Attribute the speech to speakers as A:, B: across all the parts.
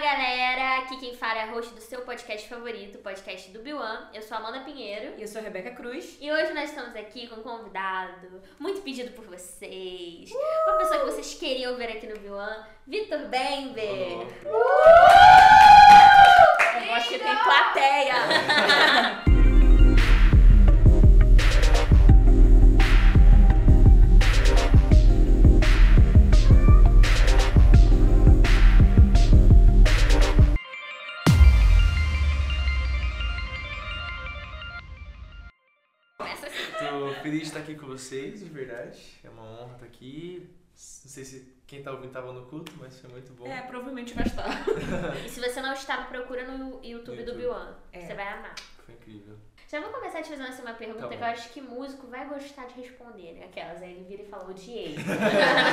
A: galera, aqui quem fala é a host do seu podcast favorito, o podcast do Biwan. Eu sou a Amanda Pinheiro.
B: E eu sou a Rebeca Cruz.
A: E hoje nós estamos aqui com um convidado muito pedido por vocês. Uma pessoa que vocês queriam ver aqui no Biwan, Vitor Bember. Uh!
B: Eu acho que tem plateia.
A: Começa assim.
C: Tô feliz de estar aqui com vocês, de verdade. É uma honra estar aqui. Não sei se quem tá ouvindo tava no culto, mas foi muito bom.
B: É, provavelmente vai estar.
A: E se você não estava, procura no YouTube do
C: YouTube.
A: Biwan.
B: É.
A: Você vai amar.
C: Foi incrível.
A: Já vou começar te fazendo assim, uma pergunta
C: Tá
A: que
C: bom.
A: eu acho que músico vai gostar de responder, né? Aquelas, aí ele vira e fala, odiei.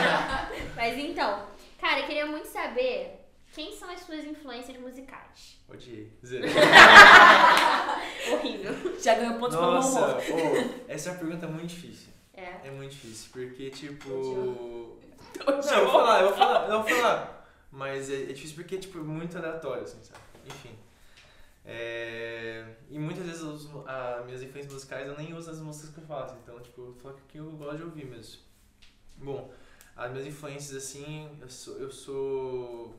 A: Mas então, cara, eu queria muito saber quem são as suas influências musicais.
C: Odiei. Zero.
A: Horrível.
B: Já ganhou pontos pelo
C: Nossa,
B: humor.
C: ô, essa é uma pergunta muito difícil.
A: É.
C: É muito difícil, porque tipo.
B: Odiou.
C: Não, eu vou falar, eu vou falar, eu vou falar. Mas é, é difícil porque tipo, é muito aleatório, assim, sabe? Enfim. É, E muitas vezes eu uso as minhas influências musicais eu nem uso as músicas que eu faço, então tipo, eu falo que eu gosto de ouvir mesmo. Bom, as minhas influências assim, eu sou. Eu sou...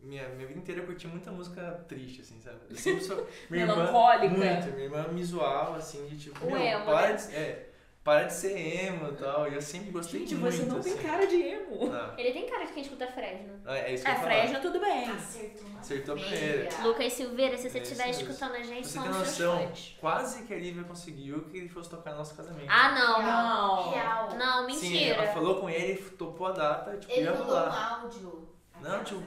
C: Minha, minha vida inteira eu curti muita música triste, assim, sabe? Eu sempre sou. Minha irmã,
B: Melancólica.
C: muito, minha irmã me zoava, assim, de tipo,
A: O
C: meu,
A: emo,
C: para,
A: né?
C: de, é, para de ser emo e tal. E eu sempre gostei
B: Gente,
C: muito.
B: você não
C: assim.
B: tem cara de emo.
C: Não.
A: Ele tem cara de quem escuta né? Fresno.
C: Ah, É isso que eu
B: É,
C: ia falar.
B: Fresno, tudo bem.
A: Ah,
C: Acertou a primeira.
A: Lucas Silveira, se você
C: É isso
A: estiver
C: mesmo.
A: escutando a gente,
C: Você
A: são
C: tem
A: os seus
C: noção?
A: fãs.
C: Quase que a Lívia conseguiu que ele fosse tocar no nosso casamento.
A: Ah, não.
B: Não.
D: Real.
A: Não,
C: Sim,
A: mentira.
C: ela falou com ele, topou a data, tipo,
D: Ele
C: ia
D: mandou um
C: rolar.
D: áudio.
C: Não, tipo,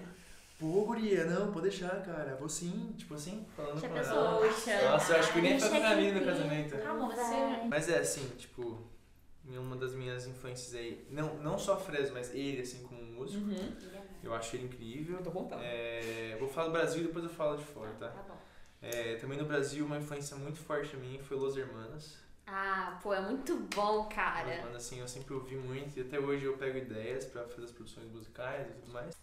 C: pô, guria, não, pode deixar, cara, vou sim, tipo assim, falando
A: Já
C: com
A: pensou?
C: ela.
A: Poxa.
C: Nossa, eu acho que nem
A: Deixa
C: foi pra
A: que
C: mim no
A: vem.
C: casamento.
B: Calma, você...
C: Mas é assim, tipo, uma das minhas influências aí, não, não só Fresno, mas ele, assim, como músico,
B: Uhum.
C: eu acho ele incrível.
B: Eu tô contando.
C: É, vou falar do Brasil e depois eu falo de fora, tá?
A: Tá bom.
C: É, também no Brasil, uma influência muito forte pra mim foi Los Hermanos.
A: Ah, pô, é muito bom,
C: Los
A: cara.
C: Hermanos, assim, eu sempre ouvi muito e até hoje eu pego ideias pra fazer as produções musicais e tudo mais.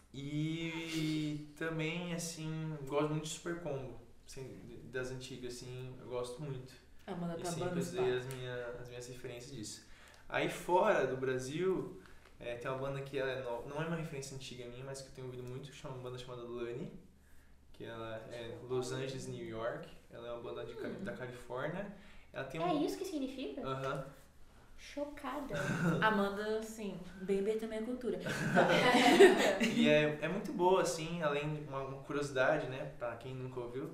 C: E também, assim, gosto muito de Super Combo, assim, das antigas, assim, eu gosto muito.
B: Amanda
C: E
B: tá
C: sempre
B: bando
C: usei as minhas, as minhas referências disso. Aí fora do Brasil, é, tem uma banda que ela é no- não é uma referência antiga minha, mas que eu tenho ouvido muito, chama uma banda chamada Lani, que ela é Los Angeles, New York. Ela é uma banda de, Cali- da Califórnia. Ela tem um.
A: Hum.
C: Ah.
A: É isso que significa?
C: Aham.
A: Chocada.
C: é.
B: Amanda, sim. Beber também é cultura.
C: E é, é muito boa, assim, além de uma, uma curiosidade, né, pra quem nunca ouviu.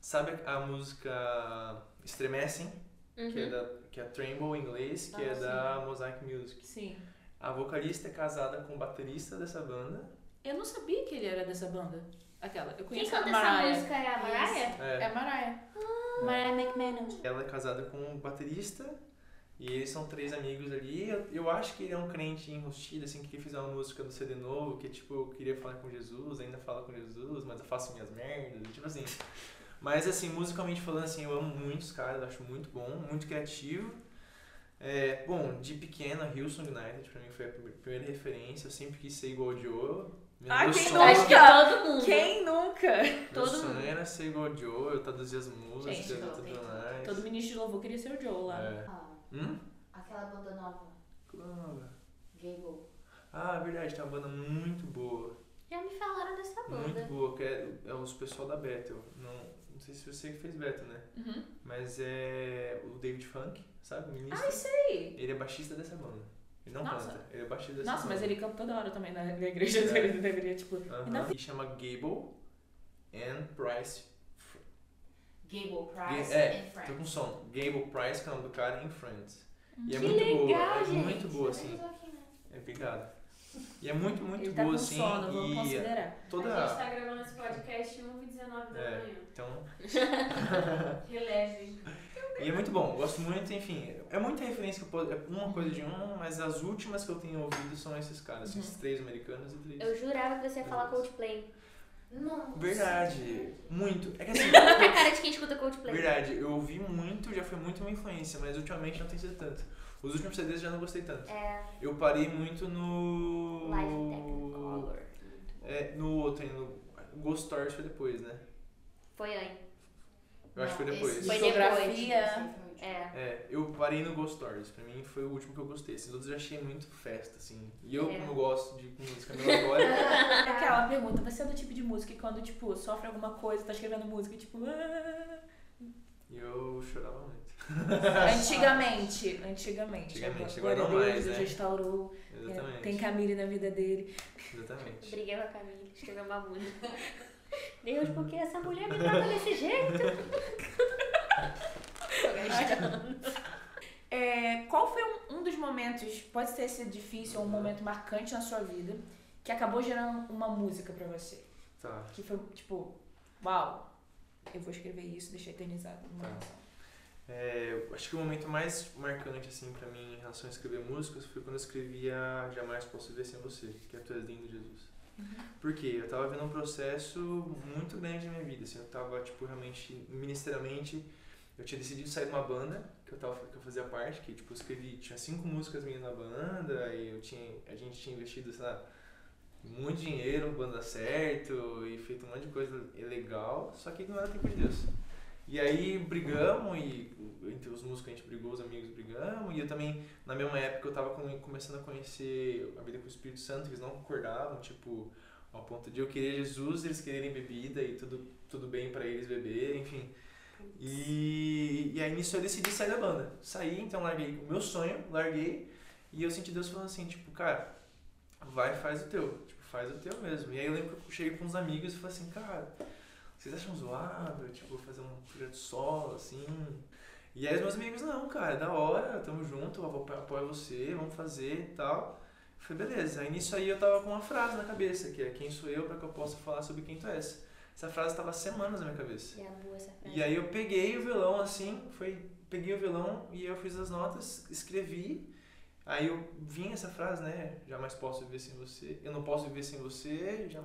C: Sabe a música Estremecem, que, é
A: Uhum.
C: da, que é Tremble em inglês, que
B: Ah,
C: é
B: sim.
C: da Mosaic Music.
B: Sim.
C: A vocalista é casada com o baterista dessa banda.
B: Eu não sabia que ele era dessa banda. Aquela. Eu
A: Quem
B: conheço a
A: canta essa
B: Mariah.
A: música é a Mariah?
C: É.
B: É Mariah. Mariah McMahon.
C: Ela é casada com um baterista e eles são três amigos ali. Eu, eu acho que ele é um crente enrustido, assim, que fizer uma música do CD novo, que tipo, eu queria falar com Jesus, ainda fala com Jesus, mas eu faço minhas merdas, e tipo assim. Mas assim, musicalmente falando, assim, eu amo muito os caras, eu acho muito bom, muito criativo. É, bom, de pequena, Hillsong United pra mim foi a prime- primeira referência, eu sempre quis ser igual ao Joe. Meu-
B: Ah,
C: meu
B: quem
C: sonho-
B: Nunca.
A: Acho que é todo mundo.
B: Quem nunca?
C: Meu
A: Todo
C: sonho
A: mundo.
C: era ser igual ao Joe, eu traduzia as tá músicas,
B: Gente,
C: eu
D: não, tem
C: tudo
D: tudo.
C: mais.
B: Todo ministro de louvor queria ser o Joe lá.
C: É.
D: Ah,
C: Hum?
D: aquela banda nova, Gable.
C: Ah, verdade, tem uma banda muito boa.
A: Já me falaram dessa
C: Muito
A: banda.
C: boa, que é, é os pessoal da Bethel. Não, não sei se você que fez Bethel, né?
B: Uhum.
C: Mas é o David Funk, sabe? O ministro.
B: Ah, isso aí.
C: Ele é baixista dessa banda. Ele não
B: Nossa.
C: canta, ele é baixista dessa
B: Nossa,
C: banda.
B: mas ele canta toda hora também na, na igreja
C: É.
B: dele. Deveria, tipo...
C: Aham.
B: Não.
C: E chama Gable and Price. Fr-
D: Gable Price
C: é,
D: and
C: tô com
D: Friends.
C: som. Gable Price, que é o nome do cara, em Friends. E é
A: Que
C: muito
A: legal,
C: boa, é
A: gente.
C: muito boa, assim.
D: Mas aqui, né?
C: É, obrigado. E é muito, muito
B: ele tá
C: boa,
B: com
C: assim.
B: sono, vamos
C: e
B: considerar.
C: toda.
E: A gente tá gravando esse podcast 1h19 da
C: É.
E: manhã.
C: Então,
E: Releve.
C: e é muito bom, eu gosto muito, enfim, é muita referência que eu posso, é uma coisa de um, mas as últimas que eu tenho ouvido são esses caras,
B: Uhum.
C: esses três americanos e três.
A: Eu jurava que você ia falar Coldplay.
D: Não.
C: Verdade, muito. É que assim,
A: A cara de quem escuta Coldplay.
C: verdade, eu ouvi muito, já foi muito uma influência, mas ultimamente não tem sido tanto. Os últimos CDs já não gostei tanto.
A: É
C: Eu parei muito no.
A: Live Technicolor.
C: É, no outro, hein, no o Ghost Stories foi depois, né?
A: Foi antes.
C: Eu acho que foi
D: Não,
C: depois.
D: esse-
A: Foi
B: Fotografia.
D: Esse foi o último.
A: É.
C: É, eu parei no Ghost Stories. Pra mim foi o último que eu gostei. Esses outros eu achei muito festa, assim. E eu,
A: É.
C: como gosto de música melódica,
B: Aquela pergunta, você é do tipo de música que quando, tipo, sofre alguma coisa, tá escrevendo música, tipo... ah.
C: eu chorava muito.
B: Antigamente, antigamente.
C: Antigamente,
B: Glória
C: agora não
B: a Deus,
C: mais,
B: Deus
C: né?
B: restaurou. é,
C: Exatamente.
B: tem Camille na vida dele.
C: Exatamente.
A: Briguei com a Camila, escreveu uma música. Deus, por que essa mulher me trata desse jeito? Tô gastando.
B: É, qual foi um, um dos momentos, pode ter sido difícil
C: Uhum.
B: ou um momento marcante na sua vida, que acabou gerando uma música pra você?
C: Tá.
B: Que foi, tipo, uau, eu vou escrever isso, deixa eternizado. numa
C: Tá.
B: canção.
C: É, eu acho que o momento mais marcante, assim, pra mim em relação a escrever músicas foi quando eu escrevia Jamais Posso Viver Sem Você, que é Tu És Lindo, Jesus. Por quê? Eu tava vendo um processo muito grande na minha vida, assim, eu tava, tipo, realmente, ministerialmente, eu tinha decidido sair de uma banda que eu, tava, que eu fazia parte, que, tipo, eu escrevi, tinha cinco músicas minhas na banda, e eu tinha, a gente tinha investido, sei lá, muito dinheiro, banda certo, e feito um monte de coisa legal, só que não era o tempo de Deus. E aí brigamos e entre os músicos a gente brigou, os amigos brigamos, e eu também, na mesma época, eu tava com- começando a conhecer a vida com o Espírito Santo, que eles não concordavam, tipo, ao ponto de eu querer Jesus, eles quererem bebida e tudo, tudo bem pra eles beber, enfim. E, e aí nisso eu decidi sair da banda. Saí, então larguei o meu sonho, larguei, e eu senti Deus falando assim, tipo, cara, vai faz o teu, tipo, faz o teu mesmo. E aí eu lembro que eu cheguei com uns amigos e falei assim, cara vocês acham zoado, tipo, fazer um projeto solo, assim? E aí os meus amigos, não, cara, é da hora, tamo junto, eu apo- apoio você, vamos fazer e tal. Eu Falei, beleza. Aí nisso aí eu tava com uma frase na cabeça, que é quem sou eu pra que eu possa falar sobre quem tu és. Essa frase tava há semanas na minha cabeça.
A: Já boa essa frase.
C: E aí eu peguei o violão assim, foi, peguei o violão e eu fiz as notas, escrevi. Aí eu vim essa frase, né? Jamais posso viver sem você. Eu não posso viver sem você. Já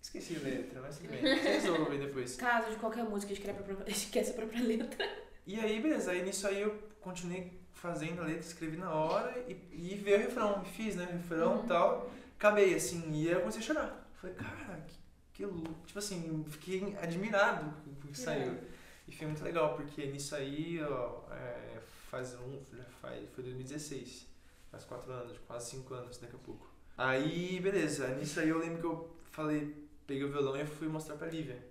C: esqueci a letra, mas tudo bem. Vocês ouvem depois.
B: Caso de qualquer música, escreve a própria- esquece a própria letra.
C: E aí, beleza, aí nisso aí eu continuei fazendo a letra, escrevi na hora e, e veio o refrão. Fiz, né? O refrão e tal. Acabei assim, e aí eu comecei a chorar. Falei, cara, que, que lu- Tipo assim, eu fiquei admirado com o que saiu. E foi muito legal, porque nisso aí, ó, é, faz um. Já faz, foi 2016. Faz quatro anos, quase cinco anos daqui a pouco. Aí, beleza, nisso aí eu lembro que eu falei, peguei o violão e eu fui mostrar pra Lívia.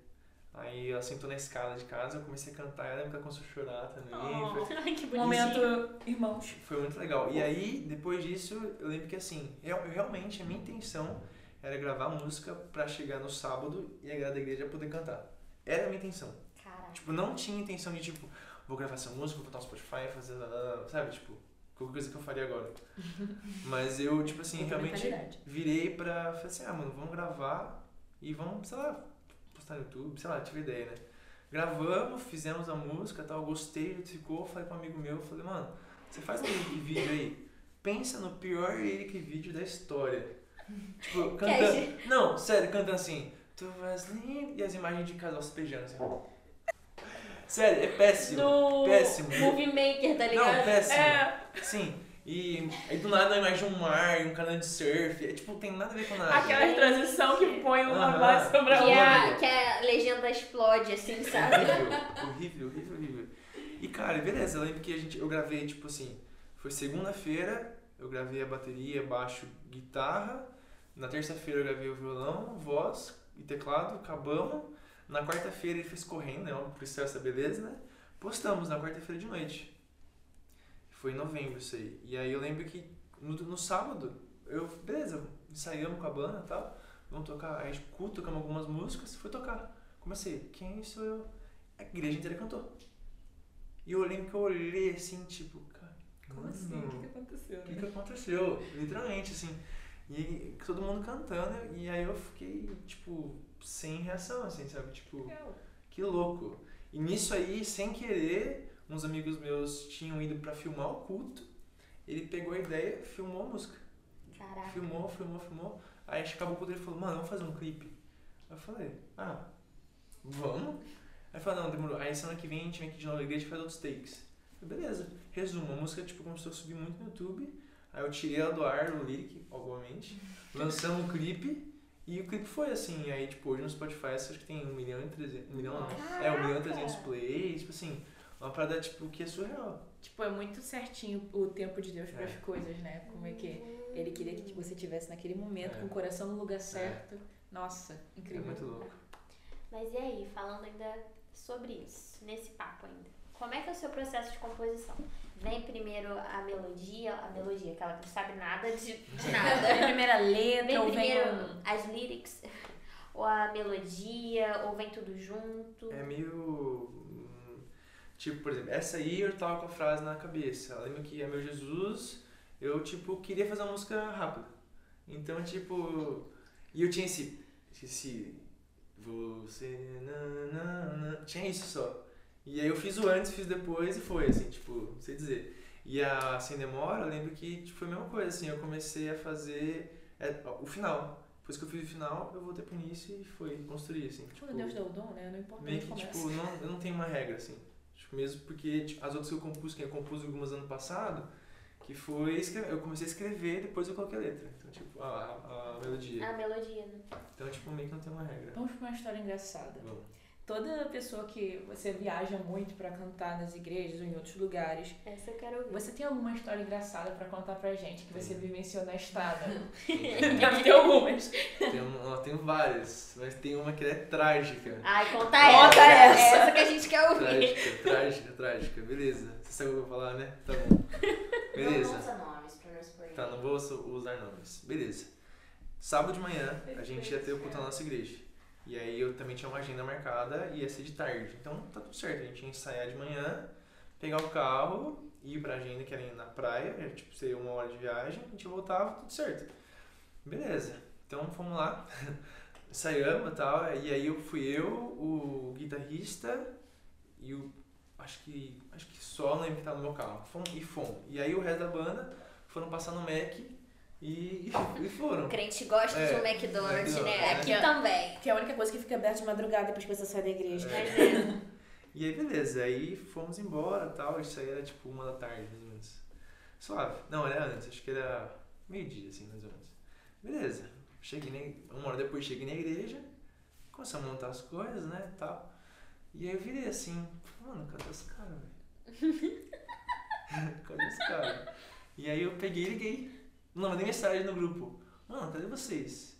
C: Aí ela sentou na escala de casa, eu comecei a cantar, ela lembro que ela começou a chorar também.
B: Oh.
C: Foi, assim,
A: Ai, que bonitinho.
B: Momento, irmãos.
C: foi muito legal. E aí, depois disso, eu lembro que assim, eu, realmente a minha intenção era gravar música pra chegar no sábado e a galera da igreja poder cantar. Era a minha intenção.
A: Caraca.
C: Tipo, não tinha intenção de, tipo, vou gravar essa música, vou botar no Spotify, fazer. lá, lá, lá, Sabe, tipo, qualquer coisa que eu faria agora. Mas eu, tipo assim,
B: Outra
C: realmente
B: mentalidade.
C: virei pra. Falei assim, ah, mano, vamos gravar e vamos, sei lá, postar no YouTube, sei lá, tive ideia, né? Gravamos, fizemos a música tal, gostei, do jeito que ficou, falei pra um amigo meu, falei, mano, você faz um lyric vídeo aí, pensa no pior lyric vídeo da história. Tipo, cantando. Não, sério, cantando assim, tu vas lindo. E as imagens de casal se beijando assim. Sério, é péssimo.
A: No
C: Péssimo.
A: Movie Maker, tá ligado?
C: Não, péssimo.
A: É.
C: Sim. E aí do nada a imagem de um mar, e um canal de surf. É tipo, tem nada a ver com nada.
B: Aquela transição que põe uma
C: Aham.
B: base sobre a
A: Que
B: outra.
A: a, que a legenda explode, assim, sabe?
C: horrível, horrível, horrível, horrível. E cara, beleza, eu lembro que a gente, eu gravei, tipo assim, foi segunda-feira, eu gravei a bateria, baixo, guitarra. Na terça-feira eu gravei o violão, voz e teclado, acabamos. Na quarta-feira ele fez correndo, né? Por isso essa beleza, né? Postamos na quarta-feira de noite. Foi em novembro isso aí. E aí eu lembro que no, no sábado, eu, beleza, ensaiamos com a banda e tal. Vamos tocar, aí cu- tocamos algumas músicas, fui tocar. Comecei, quem sou eu? A igreja inteira cantou. E eu lembro que eu olhei assim, tipo, cara,
B: Como
C: mano,
B: assim? O que, que aconteceu?
C: O que, que aconteceu? Literalmente, assim. E todo mundo cantando, e aí eu fiquei, tipo, sem reação, assim, sabe? Tipo,
B: Legal.
C: que louco. E nisso aí, sem querer, uns amigos meus tinham ido pra filmar o culto. Ele pegou a ideia, filmou a música.
A: Caraca.
C: Filmou, filmou, filmou. Aí acho que acabou quando ele falou, mano, vamos fazer um clipe. Aí eu falei, ah, vamos? Aí falou, não, demorou. Aí semana que vem a gente vem aqui de novo na igreja e faz outros takes. Eu falei, beleza. Resumo, a música tipo, começou a subir muito no YouTube. Aí eu tirei ela do ar, o lyric, obviamente. Lançamos o clipe. E o clipe foi assim, aí tipo, hoje no Spotify acho que tem 1 milhão e 300. 1 milhão não. É, 1 milhão e 300 plays, tipo assim, uma parada tipo que é surreal.
B: Tipo, é muito certinho o tempo de Deus para as
C: É.
B: coisas, né? Como é que ele queria que você tivesse naquele momento,
C: É.
B: com o coração no lugar certo. Nossa,
C: É
B: incrível.
C: muito louco.
A: Mas e aí, falando ainda sobre isso, nesse papo ainda. Como é que é o seu processo de composição? Vem primeiro a melodia, a melodia, aquela que não sabe nada de, de nada.
B: Vem a primeira letra,
A: Então Vem
B: ou vem
A: primeiro
B: um-
A: as lyrics, ou a melodia, ou vem tudo junto.
C: É meio. hum, Tipo, por exemplo, essa aí eu tava com a frase na cabeça. Eu lembro que é meu Jesus, eu tipo, queria fazer uma música rápida. Então, tipo. E eu tinha esse. esse você. Na, na, na, tinha isso só. E aí eu fiz o antes, fiz depois e foi, assim, tipo, não sei dizer. E a Sem Demora, eu lembro que tipo, foi a mesma coisa, assim, eu comecei a fazer é, ó, o final. Depois que eu fiz o final, eu voltei pro início e foi construir, assim. Tipo,
B: Quando Deus deu o dom, né? Não importa
C: Meio
B: onde
C: que,
B: começa.
C: tipo, não, eu não tenho uma regra, assim. Tipo, mesmo porque tipo, as outras que eu compus, que eu compus algumas ano passado, que foi. escre- Eu comecei a escrever depois eu coloquei a letra. Então, tipo, a, a- a melodia.
A: A melodia, né?
C: Então, tipo, meio que não tem uma regra.
B: Vamos pra uma história engraçada.
C: Bom,
B: Toda pessoa que você viaja muito pra cantar nas igrejas ou em outros lugares,
A: Essa eu quero ouvir.
B: você tem alguma história engraçada pra contar pra gente que você
C: Tem.
B: vivenciou na estrada?
C: tem,
B: Deve ter algumas.
C: tem, um- ó, tem várias, mas tem uma que é trágica.
A: Ai, conta essa.
B: Conta essa.
A: que a gente quer ouvir.
C: Trágica, trágica, trágica. Beleza. Você sabe o que eu vou falar, né? Tá bom.
D: Não
C: Beleza.
D: usa nomes pra não expor.
C: Tá, não vou su- usar nomes. Beleza. Sábado de manhã, a gente ia ter o culto na nossa igreja. E aí eu também tinha uma agenda marcada e ia ser de tarde. Então tá tudo certo, a gente ia ensaiar de manhã, pegar o carro, ir pra agenda que era ir na praia, era, tipo, seria uma hora de viagem, a gente voltava, tudo certo. Beleza. Então fomos lá, ensaiamos e tal, é, e aí eu fui eu, o guitarrista e o. Acho que. Acho que só não lembro que tava no meu carro. Fomos, e fomos. E aí o resto da banda foram passar no Mac e, e foram.
A: crente gosta de
C: É,
A: um McDonald's, né?
C: McDonald's,
A: Aqui
B: né?
A: também.
B: Que é a única coisa que fica aberta de madrugada depois que você sai da igreja.
C: É. E aí, beleza. Aí fomos embora tal. Isso aí era tipo uma da tarde, mais ou menos. Suave. Não, era antes. Acho que era meio-dia, assim, mais ou menos. Beleza. Cheguei na igreja. Uma hora depois cheguei na igreja. Começamos a montar as coisas, né, tal. E aí eu virei assim. Mano, cadê os caras, velho? cadê os caras? E aí eu peguei e liguei. Não, mandei mensagem no grupo. Mano, cadê vocês?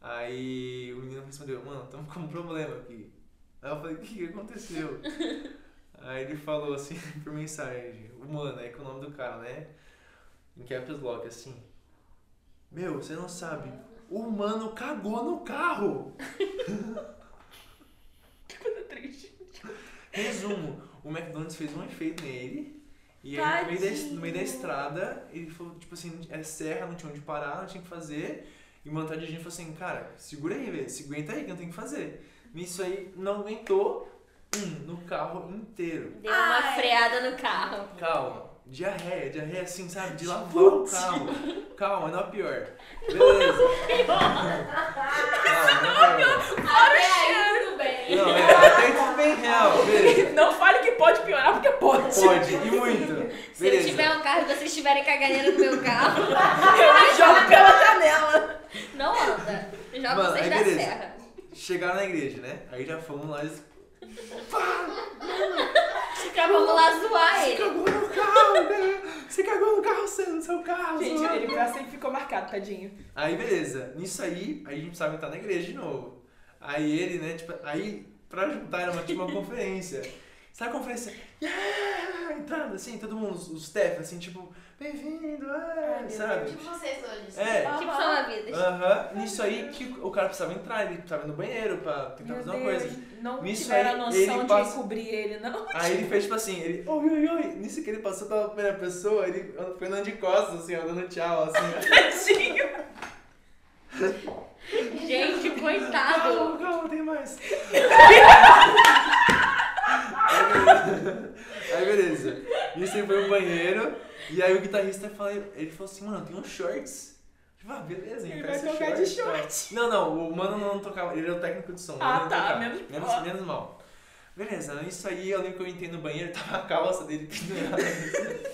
C: Aí o menino respondeu, mano, estamos com um problema aqui. Aí eu falei, o que que aconteceu? aí ele falou assim por mensagem, humano, aí com o nome do cara, né? Em caps lock, assim. Meu, você não sabe, o mano cagou no carro!
B: Coisa triste.
C: Resumo, o McDonald's fez um efeito nele. E aí, no meio, da, no meio da
B: Tadinho.
C: estrada, ele falou, tipo assim, é serra, não tinha onde parar, não tinha o que fazer. E o mano tadinho falou assim, cara, segura aí, velho, se aguenta aí que eu tenho que fazer. Nisso aí, não aguentou, um, no carro inteiro.
A: Deu uma
B: Ai.
A: freada no carro.
C: Calma. Diarreia, diarreia assim, sabe? De lavar o carro. Calma, não é o pior. Beleza. Calma, não é o pior.
E: Até aí, tudo bem.
C: Não, é até tudo bem real. Beleza.
B: É. Não fale que pode piorar, porque pode.
C: Pode, e muito.
A: Se eu tiver
C: Beleza.
A: um carro e vocês tiverem caganeira no meu carro,
B: Eu me jogo pela janela.
A: não anda. Joga
C: Mano,
A: vocês
C: aí
A: da
C: beleza.
A: serra.
C: Chegaram na igreja, né? Aí já fomos lá e
A: Já vamos lá zoar
C: Você
A: ele.
C: cagou no carro, né? Você cagou no carro, você no seu carro.
B: Gente,
C: zoando."
B: ele pra sempre ficou marcado, tadinho.
C: Aí beleza, nisso aí, aí a gente precisava entrar na igreja de novo. Aí ele, né, tipo, aí pra juntar era uma, tipo, uma conferência. Sabe a conferência? Yeah! Entrando assim, todo mundo, os, os staff, assim, tipo, bem-vindo, ah,
B: Ai, meu
C: sabe?
D: Tipo vocês hoje.
C: É.
A: Tipo, são a vida.
C: Aham, nisso aí que o cara precisava entrar, ele precisava ir no banheiro pra tentar fazer uma coisa.
B: não
C: Nisso
B: tiveram
C: aí,
B: a noção
C: ele
B: de
C: passa-
B: cobrir ele, não.
C: Aí ele fez tipo assim, ele, oi, oi, oi. Nisso que ele passou pela primeira pessoa, ele foi andando de costas, assim, ó, dando tchau, assim.
B: Tadinho.
A: Gente, coitado.
C: Calma, calma, Ah, tem mais. Aí beleza. Isso aí foi o banheiro. E aí o guitarrista fala, ele falou assim, mano, tem uns shorts. Eu falei, ah, beleza,
B: Ele
C: então
B: vai
C: esse
B: tocar de
C: tá. Não, não, o mano não tocava, ele era o técnico de som. o
B: Ah,
C: mano não
B: tá,
C: tocava.
B: menos
C: menos,
B: mal.
C: menos mal. Beleza, isso aí eu lembro que eu entrei no banheiro, tava a calça dele pendurada. assim.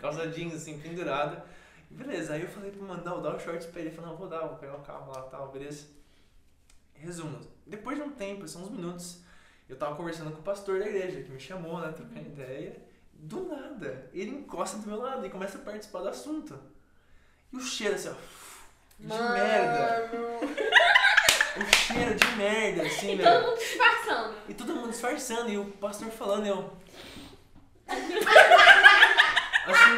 C: calça jeans assim, pendurada. Beleza, aí eu falei pro mano, não, dá o shorts pra ele. Ele falou, não, vou dar, vou pegar o carro um lá e tal, beleza. Resumo. Depois de um tempo, são uns minutos, eu tava conversando com o pastor da igreja, que me chamou, né,
A: Uhum.
C: trocando ideia. Do nada, ele encosta do meu lado e começa a participar do assunto. E o cheiro assim, ó. De merda. O cheiro de merda, assim,
A: E
C: velho.
A: todo mundo disfarçando.
C: E todo mundo disfarçando, e o pastor falando, e eu. assim,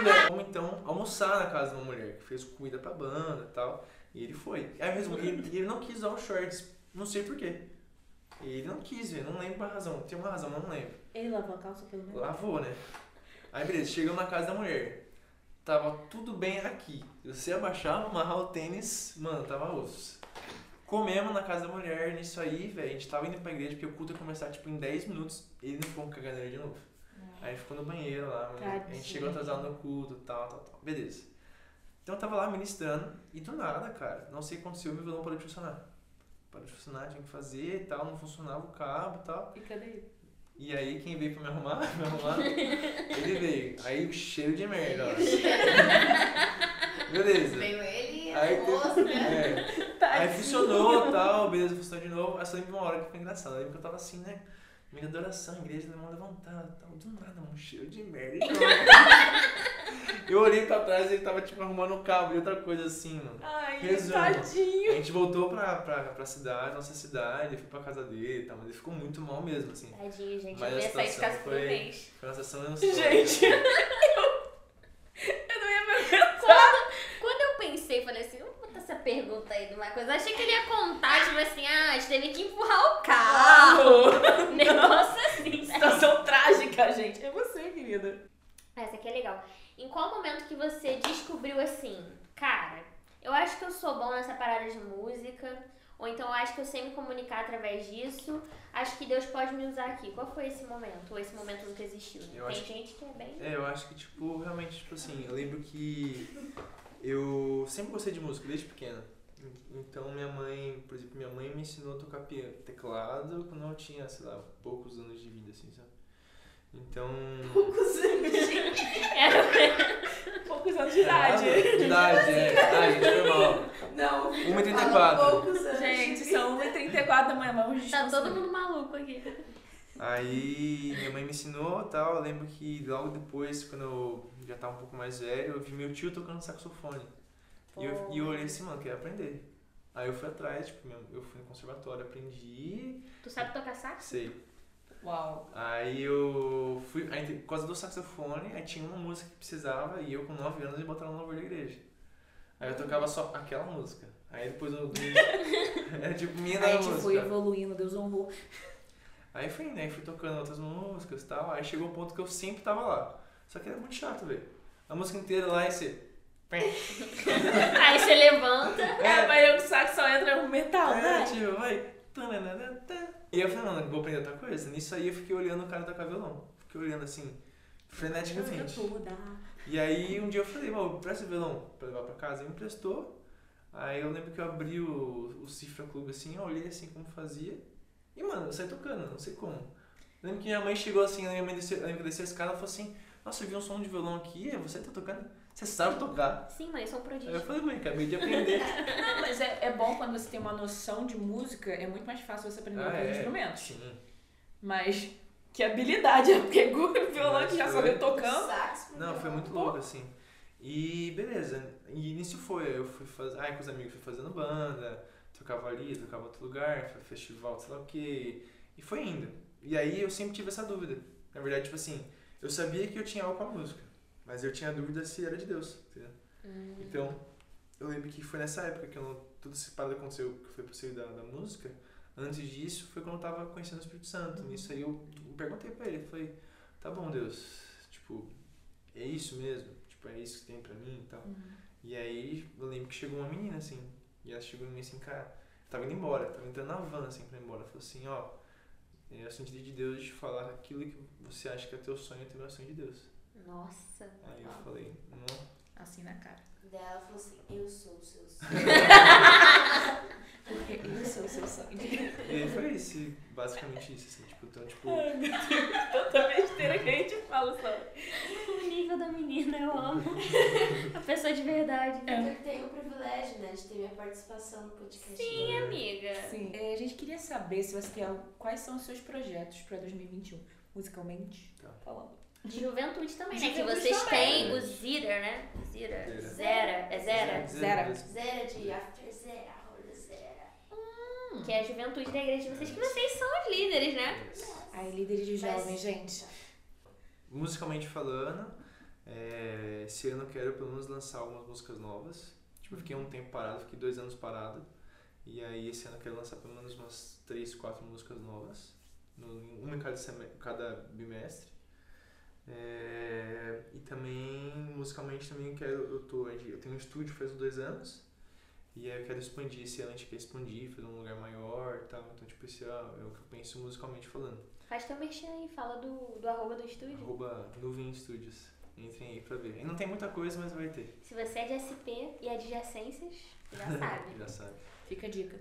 C: velho. Vamos então almoçar na casa de uma mulher que fez cuida pra banda e tal. E ele foi. Aí eu resumo, ele, ele não quis usar os shorts, não sei porquê. Ele não quis, velho, não lembro a razão. Tem uma razão, mas não lembro.
B: Ele lavou a calça pelo menos.
C: Lavou, né? Aí beleza, chegamos na casa da mulher. Tava tudo bem aqui. Se você abaixar, amarrar o tênis, mano, tava osso. Comemos na casa da mulher, nisso aí, velho. A gente tava indo pra igreja porque o culto ia começar tipo em 10 minutos. Ele não ficou com caganeira de novo. Aí ficou no banheiro lá, mano. A
B: Tadinho.
C: gente chegou atrasado no culto, tal, tal, tal. Beleza. Então eu tava lá ministrando e do nada, cara, não sei o que aconteceu, meu violão parou de funcionar. Parou de funcionar, tinha que fazer e tal, não funcionava o cabo e tal.
B: E cadê ele?
C: E aí quem veio pra me arrumar, me arrumar, ele veio. Aí cheiro de merda, ó. Beleza.
D: Veio ele, a
C: Aí,
D: moça,
C: teve- é. aí funcionou tal, beleza, funcionou de novo. Aí só lembro uma hora que foi engraçado. Eu lembro que eu tava assim, né? Meio da adoração, igreja, minha mão levantada, tal, do nada, um cheiro de merda. de novo. Eu olhei pra trás e ele tava tipo arrumando um cabo e outra coisa assim, mano.
B: Ai,
C: Resumo.
B: tadinho.
C: A gente voltou pra, pra, pra cidade, nossa cidade, eu fui pra casa dele e tal, mas ele ficou muito mal mesmo, assim.
A: Tadinho, gente.
C: Mas
A: eu
C: a
A: ia sair de
C: situação
A: casa por
C: foi-
A: um mês.
C: Foi uma sensação emocionante.
B: Gente, eu, eu não ia me
A: Quando, quando eu pensei, falei assim, eu vou botar essa pergunta aí de uma coisa. Achei que ele ia contar, tipo assim, ah, a gente teve que empurrar o
B: Ah!
C: Ah,
A: carro. Um
B: aguentar.
A: Negócio assim, né?
B: Situação trágica, gente. É você, querida.
A: Essa aqui é legal. Em qual momento que você descobriu assim, cara, eu acho que eu sou bom nessa parada de música, ou então eu acho que eu sei me comunicar através disso, acho que Deus pode me usar aqui. Qual foi esse momento? Ou esse momento nunca existiu? né? Tem
C: Eu acho
A: gente que é bem.
C: É, eu acho que, tipo, realmente, tipo assim, eu lembro que eu sempre gostei de música, desde pequena. Então minha mãe, por exemplo, minha mãe me ensinou a tocar piano, teclado, quando eu tinha, sei lá, poucos anos de vida, assim, sabe? Então...
A: Era-
B: Poucos anos de idade.
C: É, idade, é, idade, normal.
D: Não, o Vitor falou
C: 1,34.
D: poucos anos.
B: Gente, são 1h34 da manhã, vamos
A: tá
B: descansar.
A: todo mundo maluco aqui.
C: Aí minha mãe me ensinou e tal, eu lembro que logo depois, quando eu já tava um pouco mais velho, eu vi meu tio tocando saxofone. E eu, e eu olhei assim, mano, quero aprender. Aí eu fui atrás, tipo, meu- eu fui no conservatório, aprendi,
A: Tu sabe tocar sax?
C: sei,
B: Uau.
C: Aí eu fui, aí, te- por causa do saxofone, aí tinha uma música que precisava e eu com 9 anos me botaram no louvor da igreja. Aí eu tocava só aquela música. Aí depois eu. era tipo minha
B: a
C: da
B: gente foi
C: música.
B: evoluindo, Deus é um honrou.
C: Aí fui, né? Fui tocando outras músicas e tal. Aí chegou um ponto que eu sempre tava lá. Só que era muito chato, velho. A música inteira lá e você.
A: Aí você levanta.
B: É, mas eu que saco só entra no metal,
C: É,
B: né?
C: tipo, vai. tananana, tá. E eu falei, mano, vou aprender outra coisa. Nisso aí eu fiquei olhando o cara tocar violão. Fiquei olhando assim,
B: Música
C: freneticamente.
B: toda.
C: E aí um dia eu falei, mano, presta o violão pra levar pra casa. Ele me emprestou. Aí eu lembro que eu abri o, o Cifra Clube assim, eu olhei assim como fazia. E, mano, eu saí tocando, não sei como. Eu lembro que minha mãe chegou assim, minha mãe desceu, eu lembro que eu desci a escada e falou assim, nossa, eu vi um som de violão aqui, é você que tá tocando? Você sabe tocar?
A: Sim, mãe, eu sou um
C: Aí eu
A: prodígio.
C: falei, mãe, acabei de aprender. Ah,
B: Não, mas é, é bom quando você tem uma noção de música, é muito mais fácil você
C: Ah,
B: aprender outros instrumentos.
C: é. Sim.
B: Mas que habilidade, porque o violão que já
C: Mas é.
B: sabia
C: foi.
B: tocando.
D: Sax,
C: Não, foi muito louco, assim. E beleza. E início foi, eu fui fazer. Ai, com os amigos fui fazendo banda, tocava ali, tocava outro lugar, foi festival, sei lá o quê. E foi indo. E aí eu sempre tive essa dúvida. Na verdade, tipo assim, eu sabia que eu tinha algo com a música. Mas eu tinha dúvida se era de Deus, entendeu? Então, eu lembro que foi nessa época que eu não, tudo esse parada aconteceu que foi possível da, da música. Antes disso, foi quando eu tava conhecendo o Espírito Santo. Nisso aí eu perguntei pra ele, falei, tá bom, Deus, tipo, é isso mesmo? Tipo, é isso que tem pra mim e tal. E aí eu lembro que chegou uma menina, assim, e ela chegou em mim assim, cara, eu tava indo embora, tava entrando na van, assim, pra ir embora. Ela Falou assim, ó, é, eu senti de Deus de falar aquilo que você acha que é teu sonho, é teu sonho de Deus.
A: Nossa.
C: Aí eu falei, não,
B: Assim na cara.
D: Daí ela falou assim, eu sou o seu sonho.
B: Porque eu sou o seu sangue.
C: E aí foi isso, basicamente isso, assim, tipo, então, tipo,
B: Tanta besteira que a gente fala só.
A: O nível da menina, eu amo. A pessoa de verdade.
B: É.
D: Eu tenho o privilégio, né, de ter minha participação no podcast.
A: Sim, amiga.
B: Sim. É, a gente queria saber se você tem algo, quais são os seus projetos pra 2021, musicalmente
C: Tá.
B: falando.
A: De juventude também, né? Que
B: Juventude
A: vocês
B: também.
A: têm o Zira, né? Zira.
C: Zira.
A: Zera. É Zera.
B: Zera.
D: Zera de after zera, rola zera.
A: Que é a juventude da igreja de vocês, que vocês são os líderes, né?
B: Ai, líderes de
D: Mas-
B: jovens, gente.
C: Musicalmente falando, é, esse ano eu quero pelo menos lançar algumas músicas novas. Tipo, eu fiquei um tempo parado, fiquei dois anos parado. E aí esse ano eu quero lançar pelo menos umas três, quatro músicas novas. no- Uma em cada, seme- cada bimestre. É, e também, musicalmente também eu quero, eu, tô, eu tenho um estúdio faz uns dois anos. E aí eu quero expandir esse ano, a gente quer expandir, fazer um lugar maior e tal. Então, tipo, esse é o que eu penso musicalmente falando.
A: Faz teu merchan aí, fala do, do arroba do estúdio.
C: Arroba Nuvem Studios. Entrem aí pra ver. E não tem muita coisa, mas vai ter.
A: Se você é de SP e adjacências, já sabe.
C: Já sabe.
B: Fica a dica.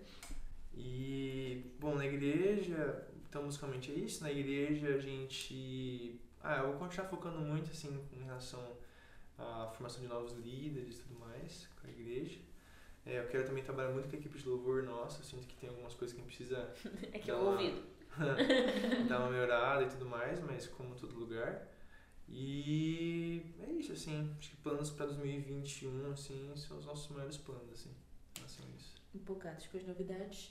C: E, bom, na igreja, então musicalmente é isso. Na igreja a gente. Ah, eu vou continuar focando muito, assim, em relação à formação de novos líderes e tudo mais com a igreja. É, eu quero também trabalhar muito com a equipe de louvor nossa. Eu sinto que tem algumas coisas que a gente precisa
A: É que eu ouvido.
C: dar uma melhorada e tudo mais, mas como todo lugar. E é isso, assim. Acho que planos pra 2021, assim, são os nossos maiores planos, assim. Assim, isso.
B: Empolgados com as novidades.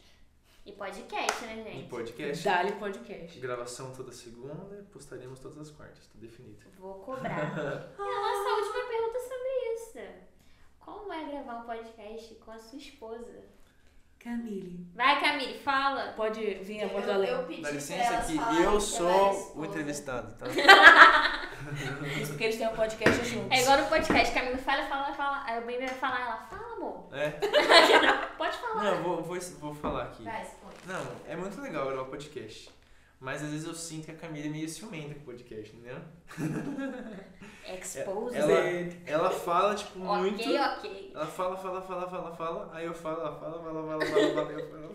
A: E podcast, né,
C: E
A: gente?
C: podcast.
B: Dali Podcast.
C: Gravação toda segunda, postaremos todas as quartas, tá definido.
A: Vou cobrar. e a nossa última pergunta é sobre isso. Como é gravar um podcast com a sua esposa?
B: Camille.
A: Vai, Camille, fala.
B: Pode vir a
D: Eu,
B: Porto Alegre.
D: eu pedi pra elas falarem
A: é
D: que ela era esposa.
C: tá?
B: Isso porque eles têm um podcast juntos.
A: É igual no podcast, Camille fala, fala, fala. Aí o bem vai falar, ela fala, amor.
C: É?
A: Pode falar.
C: Não, eu vou, vou, vou falar aqui.
D: Vai, expõe.
C: Não, é muito legal gravar podcast. Mas às vezes eu sinto que a Camila é meio ciumenta com o podcast, entendeu?
A: Expose.
C: Ela, ela fala, tipo, muito.
A: Ok, ok.
C: Ela fala, fala, fala, fala, fala, aí eu falo, ela fala, fala, fala, fala, fala, eu falo.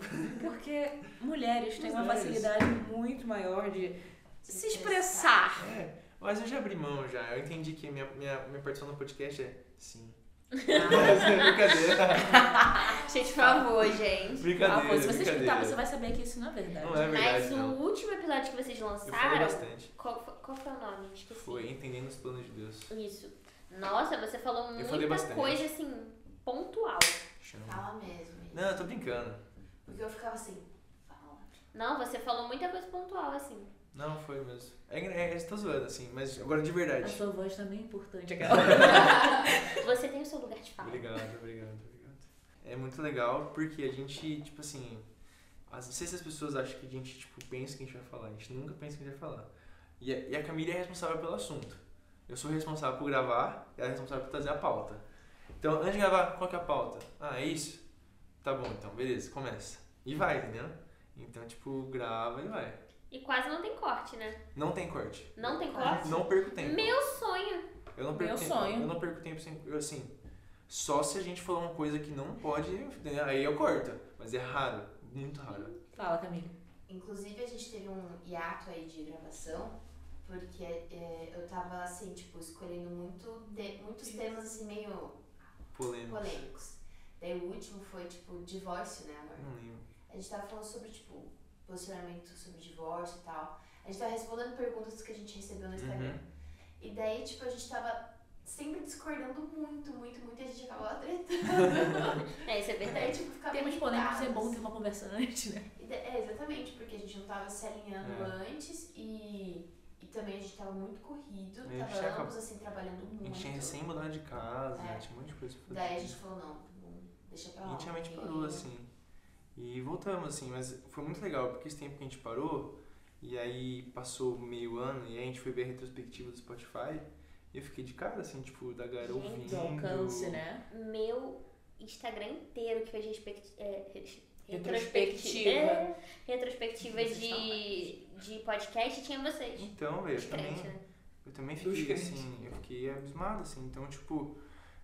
B: Porque mulheres têm uma
C: Mulheres.
B: facilidade muito maior de se
D: Se
B: expressar.
C: É, mas eu já abri mão já, eu entendi que minha, minha, minha participação no podcast é sim.
B: Ah.
C: brincadeira,
A: Gente, por favor, gente.
C: brincadeira,
B: Amor, Ah, se você
C: brincadeira.
B: escutar, você vai saber que isso não é verdade.
C: Não é verdade,
A: Mas o
C: não.
A: último episódio que vocês
C: Eu falei
A: lançaram.
C: bastante.
A: Qual, fo- qual foi o nome? Esqueci.
C: Foi entendendo os planos de Deus.
A: Isso. Nossa, você falou
C: Eu falei
A: muita
C: bastante.
A: coisa assim, pontual.
C: Chama.
D: Fala mesmo. hein?
C: Não, eu tô brincando.
D: Porque eu ficava assim, fala.
A: Não, você falou muita coisa pontual, assim.
C: Não, foi mesmo. É, é, eu tô zoando, assim, mas agora de
B: A
C: verdade.
B: sua voz também é importante, aquela.
A: Você tem o seu lugar de fala.
C: Obrigado, obrigado, obrigado. É muito legal porque a gente, tipo assim, às- não sei se as pessoas acham que a gente, tipo, pensa que a gente vai falar, a gente nunca pensa que a gente vai falar. E a, e a Camila é responsável pelo assunto. Eu sou responsável por gravar, ela é responsável por trazer a pauta. Então, antes de gravar, qual que é a pauta? Ah, é isso? Tá bom, então, beleza, começa. E vai, entendeu? Então, tipo, grava e vai.
A: E quase não tem corte, né?
C: Não tem corte.
A: Não tem corte?
C: Não perco tempo.
A: Meu sonho.
C: Eu não perco
B: Meu
C: tempo.
B: sonho.
C: Eu não perco tempo sem. Eu, assim, só se a gente falar uma coisa que não pode, né, aí eu corto. Mas é raro, muito raro.
B: Fala, Camila.
D: Inclusive, a gente teve um hiato aí de gravação, porque é, eu tava, assim, tipo, escolhendo muito de- muitos temas, assim, meio
C: Polêmico.
D: polêmicos. Daí o último foi, tipo, divórcio, né, amor?
C: Não lembro.
D: A gente tava falando sobre, tipo, posicionamento sobre divórcio e tal. A gente tava respondendo perguntas que a gente recebeu no Instagram.
C: Uhum.
D: E daí, tipo, a gente tava sempre discordando muito, muito, muito, e a gente acabava tretando.
A: É, isso é
D: E daí,
A: verdade.
D: tipo, ficava
B: Temos polêmicos, é
D: irritadas.
B: bom ter uma conversa antes, né?
D: E da- É, exatamente, porque a gente não tava se alinhando
C: É.
D: antes e, e também a gente tava muito corrido,
C: E a gente
D: tava
C: acaba-
D: ambos assim trabalhando
C: A
D: muito.
C: gente tinha recém mudado de casa,
D: É.
C: tinha um monte de coisa pra fazer.
D: Daí a gente falou, não, tá bom, deixa pra
C: A
D: lá.
C: gente realmente
D: porque-
C: parou, assim. E voltamos, assim, mas foi muito legal, porque esse tempo que a gente parou, e aí passou meio ano, e aí a gente foi ver a retrospectiva do Spotify, e eu fiquei de cara, assim, tipo, da galera
A: Gente,
C: ouvindo.
B: Do alcance, né?
A: Meu Instagram inteiro que fez respect... é, res-
B: Retrospectiva.
A: É, retrospectiva
B: Vocês
A: de, de podcast tinha vocês.
C: Então, velho, eu também,
A: Crente, né?
C: Eu também
B: Dos
C: fiquei
B: crentes.
C: assim, eu fiquei abismado, assim. Então, tipo,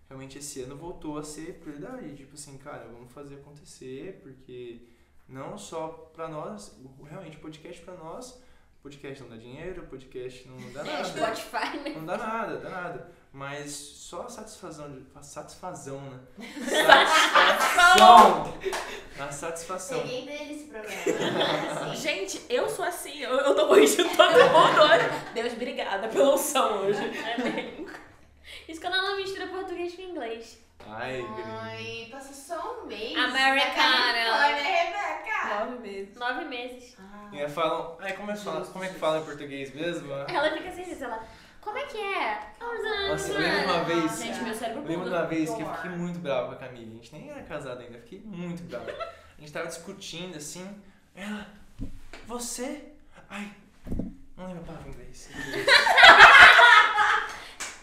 C: realmente esse ano voltou a ser prioridade. Tipo assim, cara, vamos fazer acontecer, porque não só pra nós, o- realmente o podcast pra nós, podcast não dá dinheiro, podcast Ah, não dá
A: É,
C: nada.
A: Spotify, né?
C: Não dá nada, dá nada. Mas só a satisfação de. A satisfação, né? Satisfação! A satisfação.
D: Peguei dele esse problema. Assim,
B: Gente, eu sou assim, eu, eu tô corrigindo todo mundo hoje. Deus, obrigada pela unção hoje.
A: É Isso quando ela não mistura português com inglês.
C: Ai, gringo.
D: Ai, passou só um mês.
A: Americana.
D: Olha, né, Rebeca.
B: Nove meses.
A: Nove meses.
C: E aí falam. Ai, como é, que fala, como é que fala em português mesmo?
A: Ela fica assim, diz ela, como é que é?
C: Nossa, eu lembro uma vez.
B: Gente, meu cérebro
C: Eu lembro
B: muda.
C: de uma vez que eu fiquei muito bravo com a Camille. A gente nem era casado ainda, eu fiquei muito bravo. A gente tava discutindo assim. Ela, você? Ai, não lembro a palavra em inglês.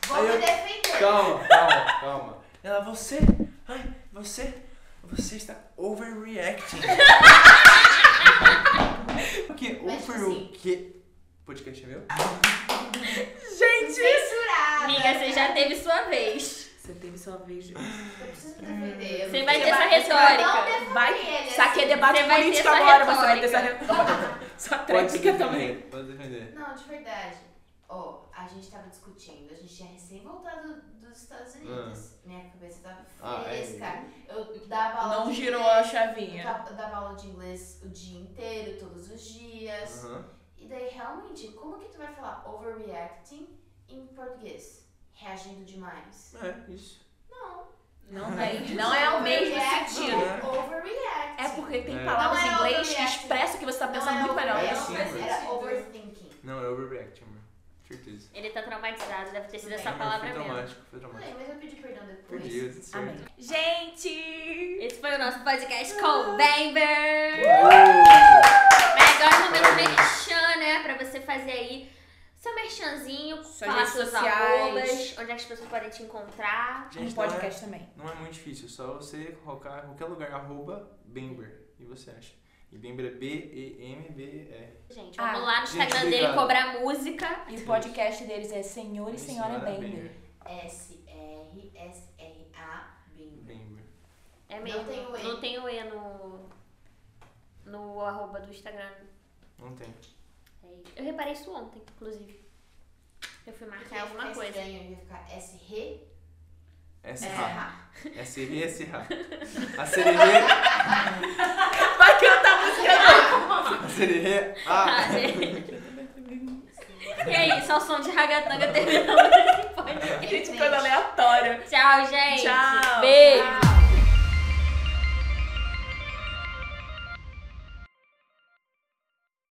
D: Vou
C: Aí
D: me
C: eu-
D: defender.
C: Calma, calma, calma. Ela, você? Ai, você? Você está overreacting. Porque
D: Mas, tipo
C: over
D: assim-
C: o quê? Podcast é meu?
B: Gente!
C: Tá.
D: Censurada.
A: Amiga, você já teve sua vez.
B: Você teve sua vez. gente.
D: Eu preciso me
C: Hum.
D: defender.
A: Você vai ter essa
D: Não
A: retórica.
D: defendo
B: Vai,
D: ele.
B: saque é debate
A: Você vai ter
B: político
A: essa
B: agora, você vai ter essa
A: retórica.
B: retórica. Essa
C: Pode se
B: tréplica também.
C: defender, Pode se defender.
D: Não, de verdade. Ó, a gente tava discutindo, a gente tinha recém voltado dos Estados Unidos. Minha cabeça
C: Ah,
D: tava
C: é.
D: fresca. Eu dava aula
B: Não
D: de
B: girou a
D: inglês, eu
B: chavinha.
D: tava- eu dava aula de inglês o dia inteiro, todos os dias.
C: Aham.
D: E daí, realmente, como que tu vai falar overreacting em português? Reagindo demais.
C: É, isso.
D: Não.
B: Não tem. Não é o mesmo
D: Overreacting
B: sentido.
D: é
B: É
D: Overreacting.
B: porque tem
C: É.
B: palavras em
D: Não é
B: inglês que
D: overreacting.
B: expressam o que você tá pensando
D: Não
B: muito
D: é
B: melhor.
C: É
D: overreacting,
C: sim,
E: mas-
D: Era overthinking.
C: Não, é overreacting, amor. Certeza.
A: Ele tá traumatizado, deve ter sido
D: Tudo
A: essa
D: bem.
A: palavra é
C: foi
A: mesmo.
C: traumático, foi
D: Tudo
C: traumático.
D: bem, mas eu pedi perdão depois.
C: Perdi, tudo certo.
B: Amém. Gente!
A: Esse foi o nosso podcast com o Baby.
C: Uh!
A: Mas agora é o momento merchan, né? Pra você fazer aí seu merchanzinho,
B: Suas
A: falar
B: redes
A: seus
B: sociais.
A: arrobas, onde é que as pessoas podem te encontrar.
B: Um
C: Gente, não é,
B: podcast também.
C: não é muito difícil, é só você colocar em qualquer lugar, arroba Bember, e você acha. E Bember é B-E-M-B-R.
A: Gente,
B: Ah,
A: vamos lá no
C: gente,
A: Instagram dele
C: obrigado.
A: cobrar música.
B: E o podcast deles é Senhor e Senhora Bender.
D: S-R-S-R-A Bing.
C: Bember.
A: É
D: Não
A: mesmo.
D: tem o E.
A: Não tem o E no. No arroba do Instagram.
C: Não tem.
A: Eu reparei isso ontem, inclusive. Eu fui
B: é
D: Porque
A: marcar
D: ia
A: alguma
D: ficar
A: coisa.
D: estranho, ia ficar S-R.
C: É S-R.
B: É.
D: Ah,
C: S-R, S-R. A sererê,
B: Vai cantar música
C: a sererê,
A: Ah,
C: A.
A: né? e aí, só o som de ragatanga terminando esse podcast.
B: Gente, coisa aleatória.
A: Tchau, gente.
B: Tchau.
A: Beijo.
D: Tchau.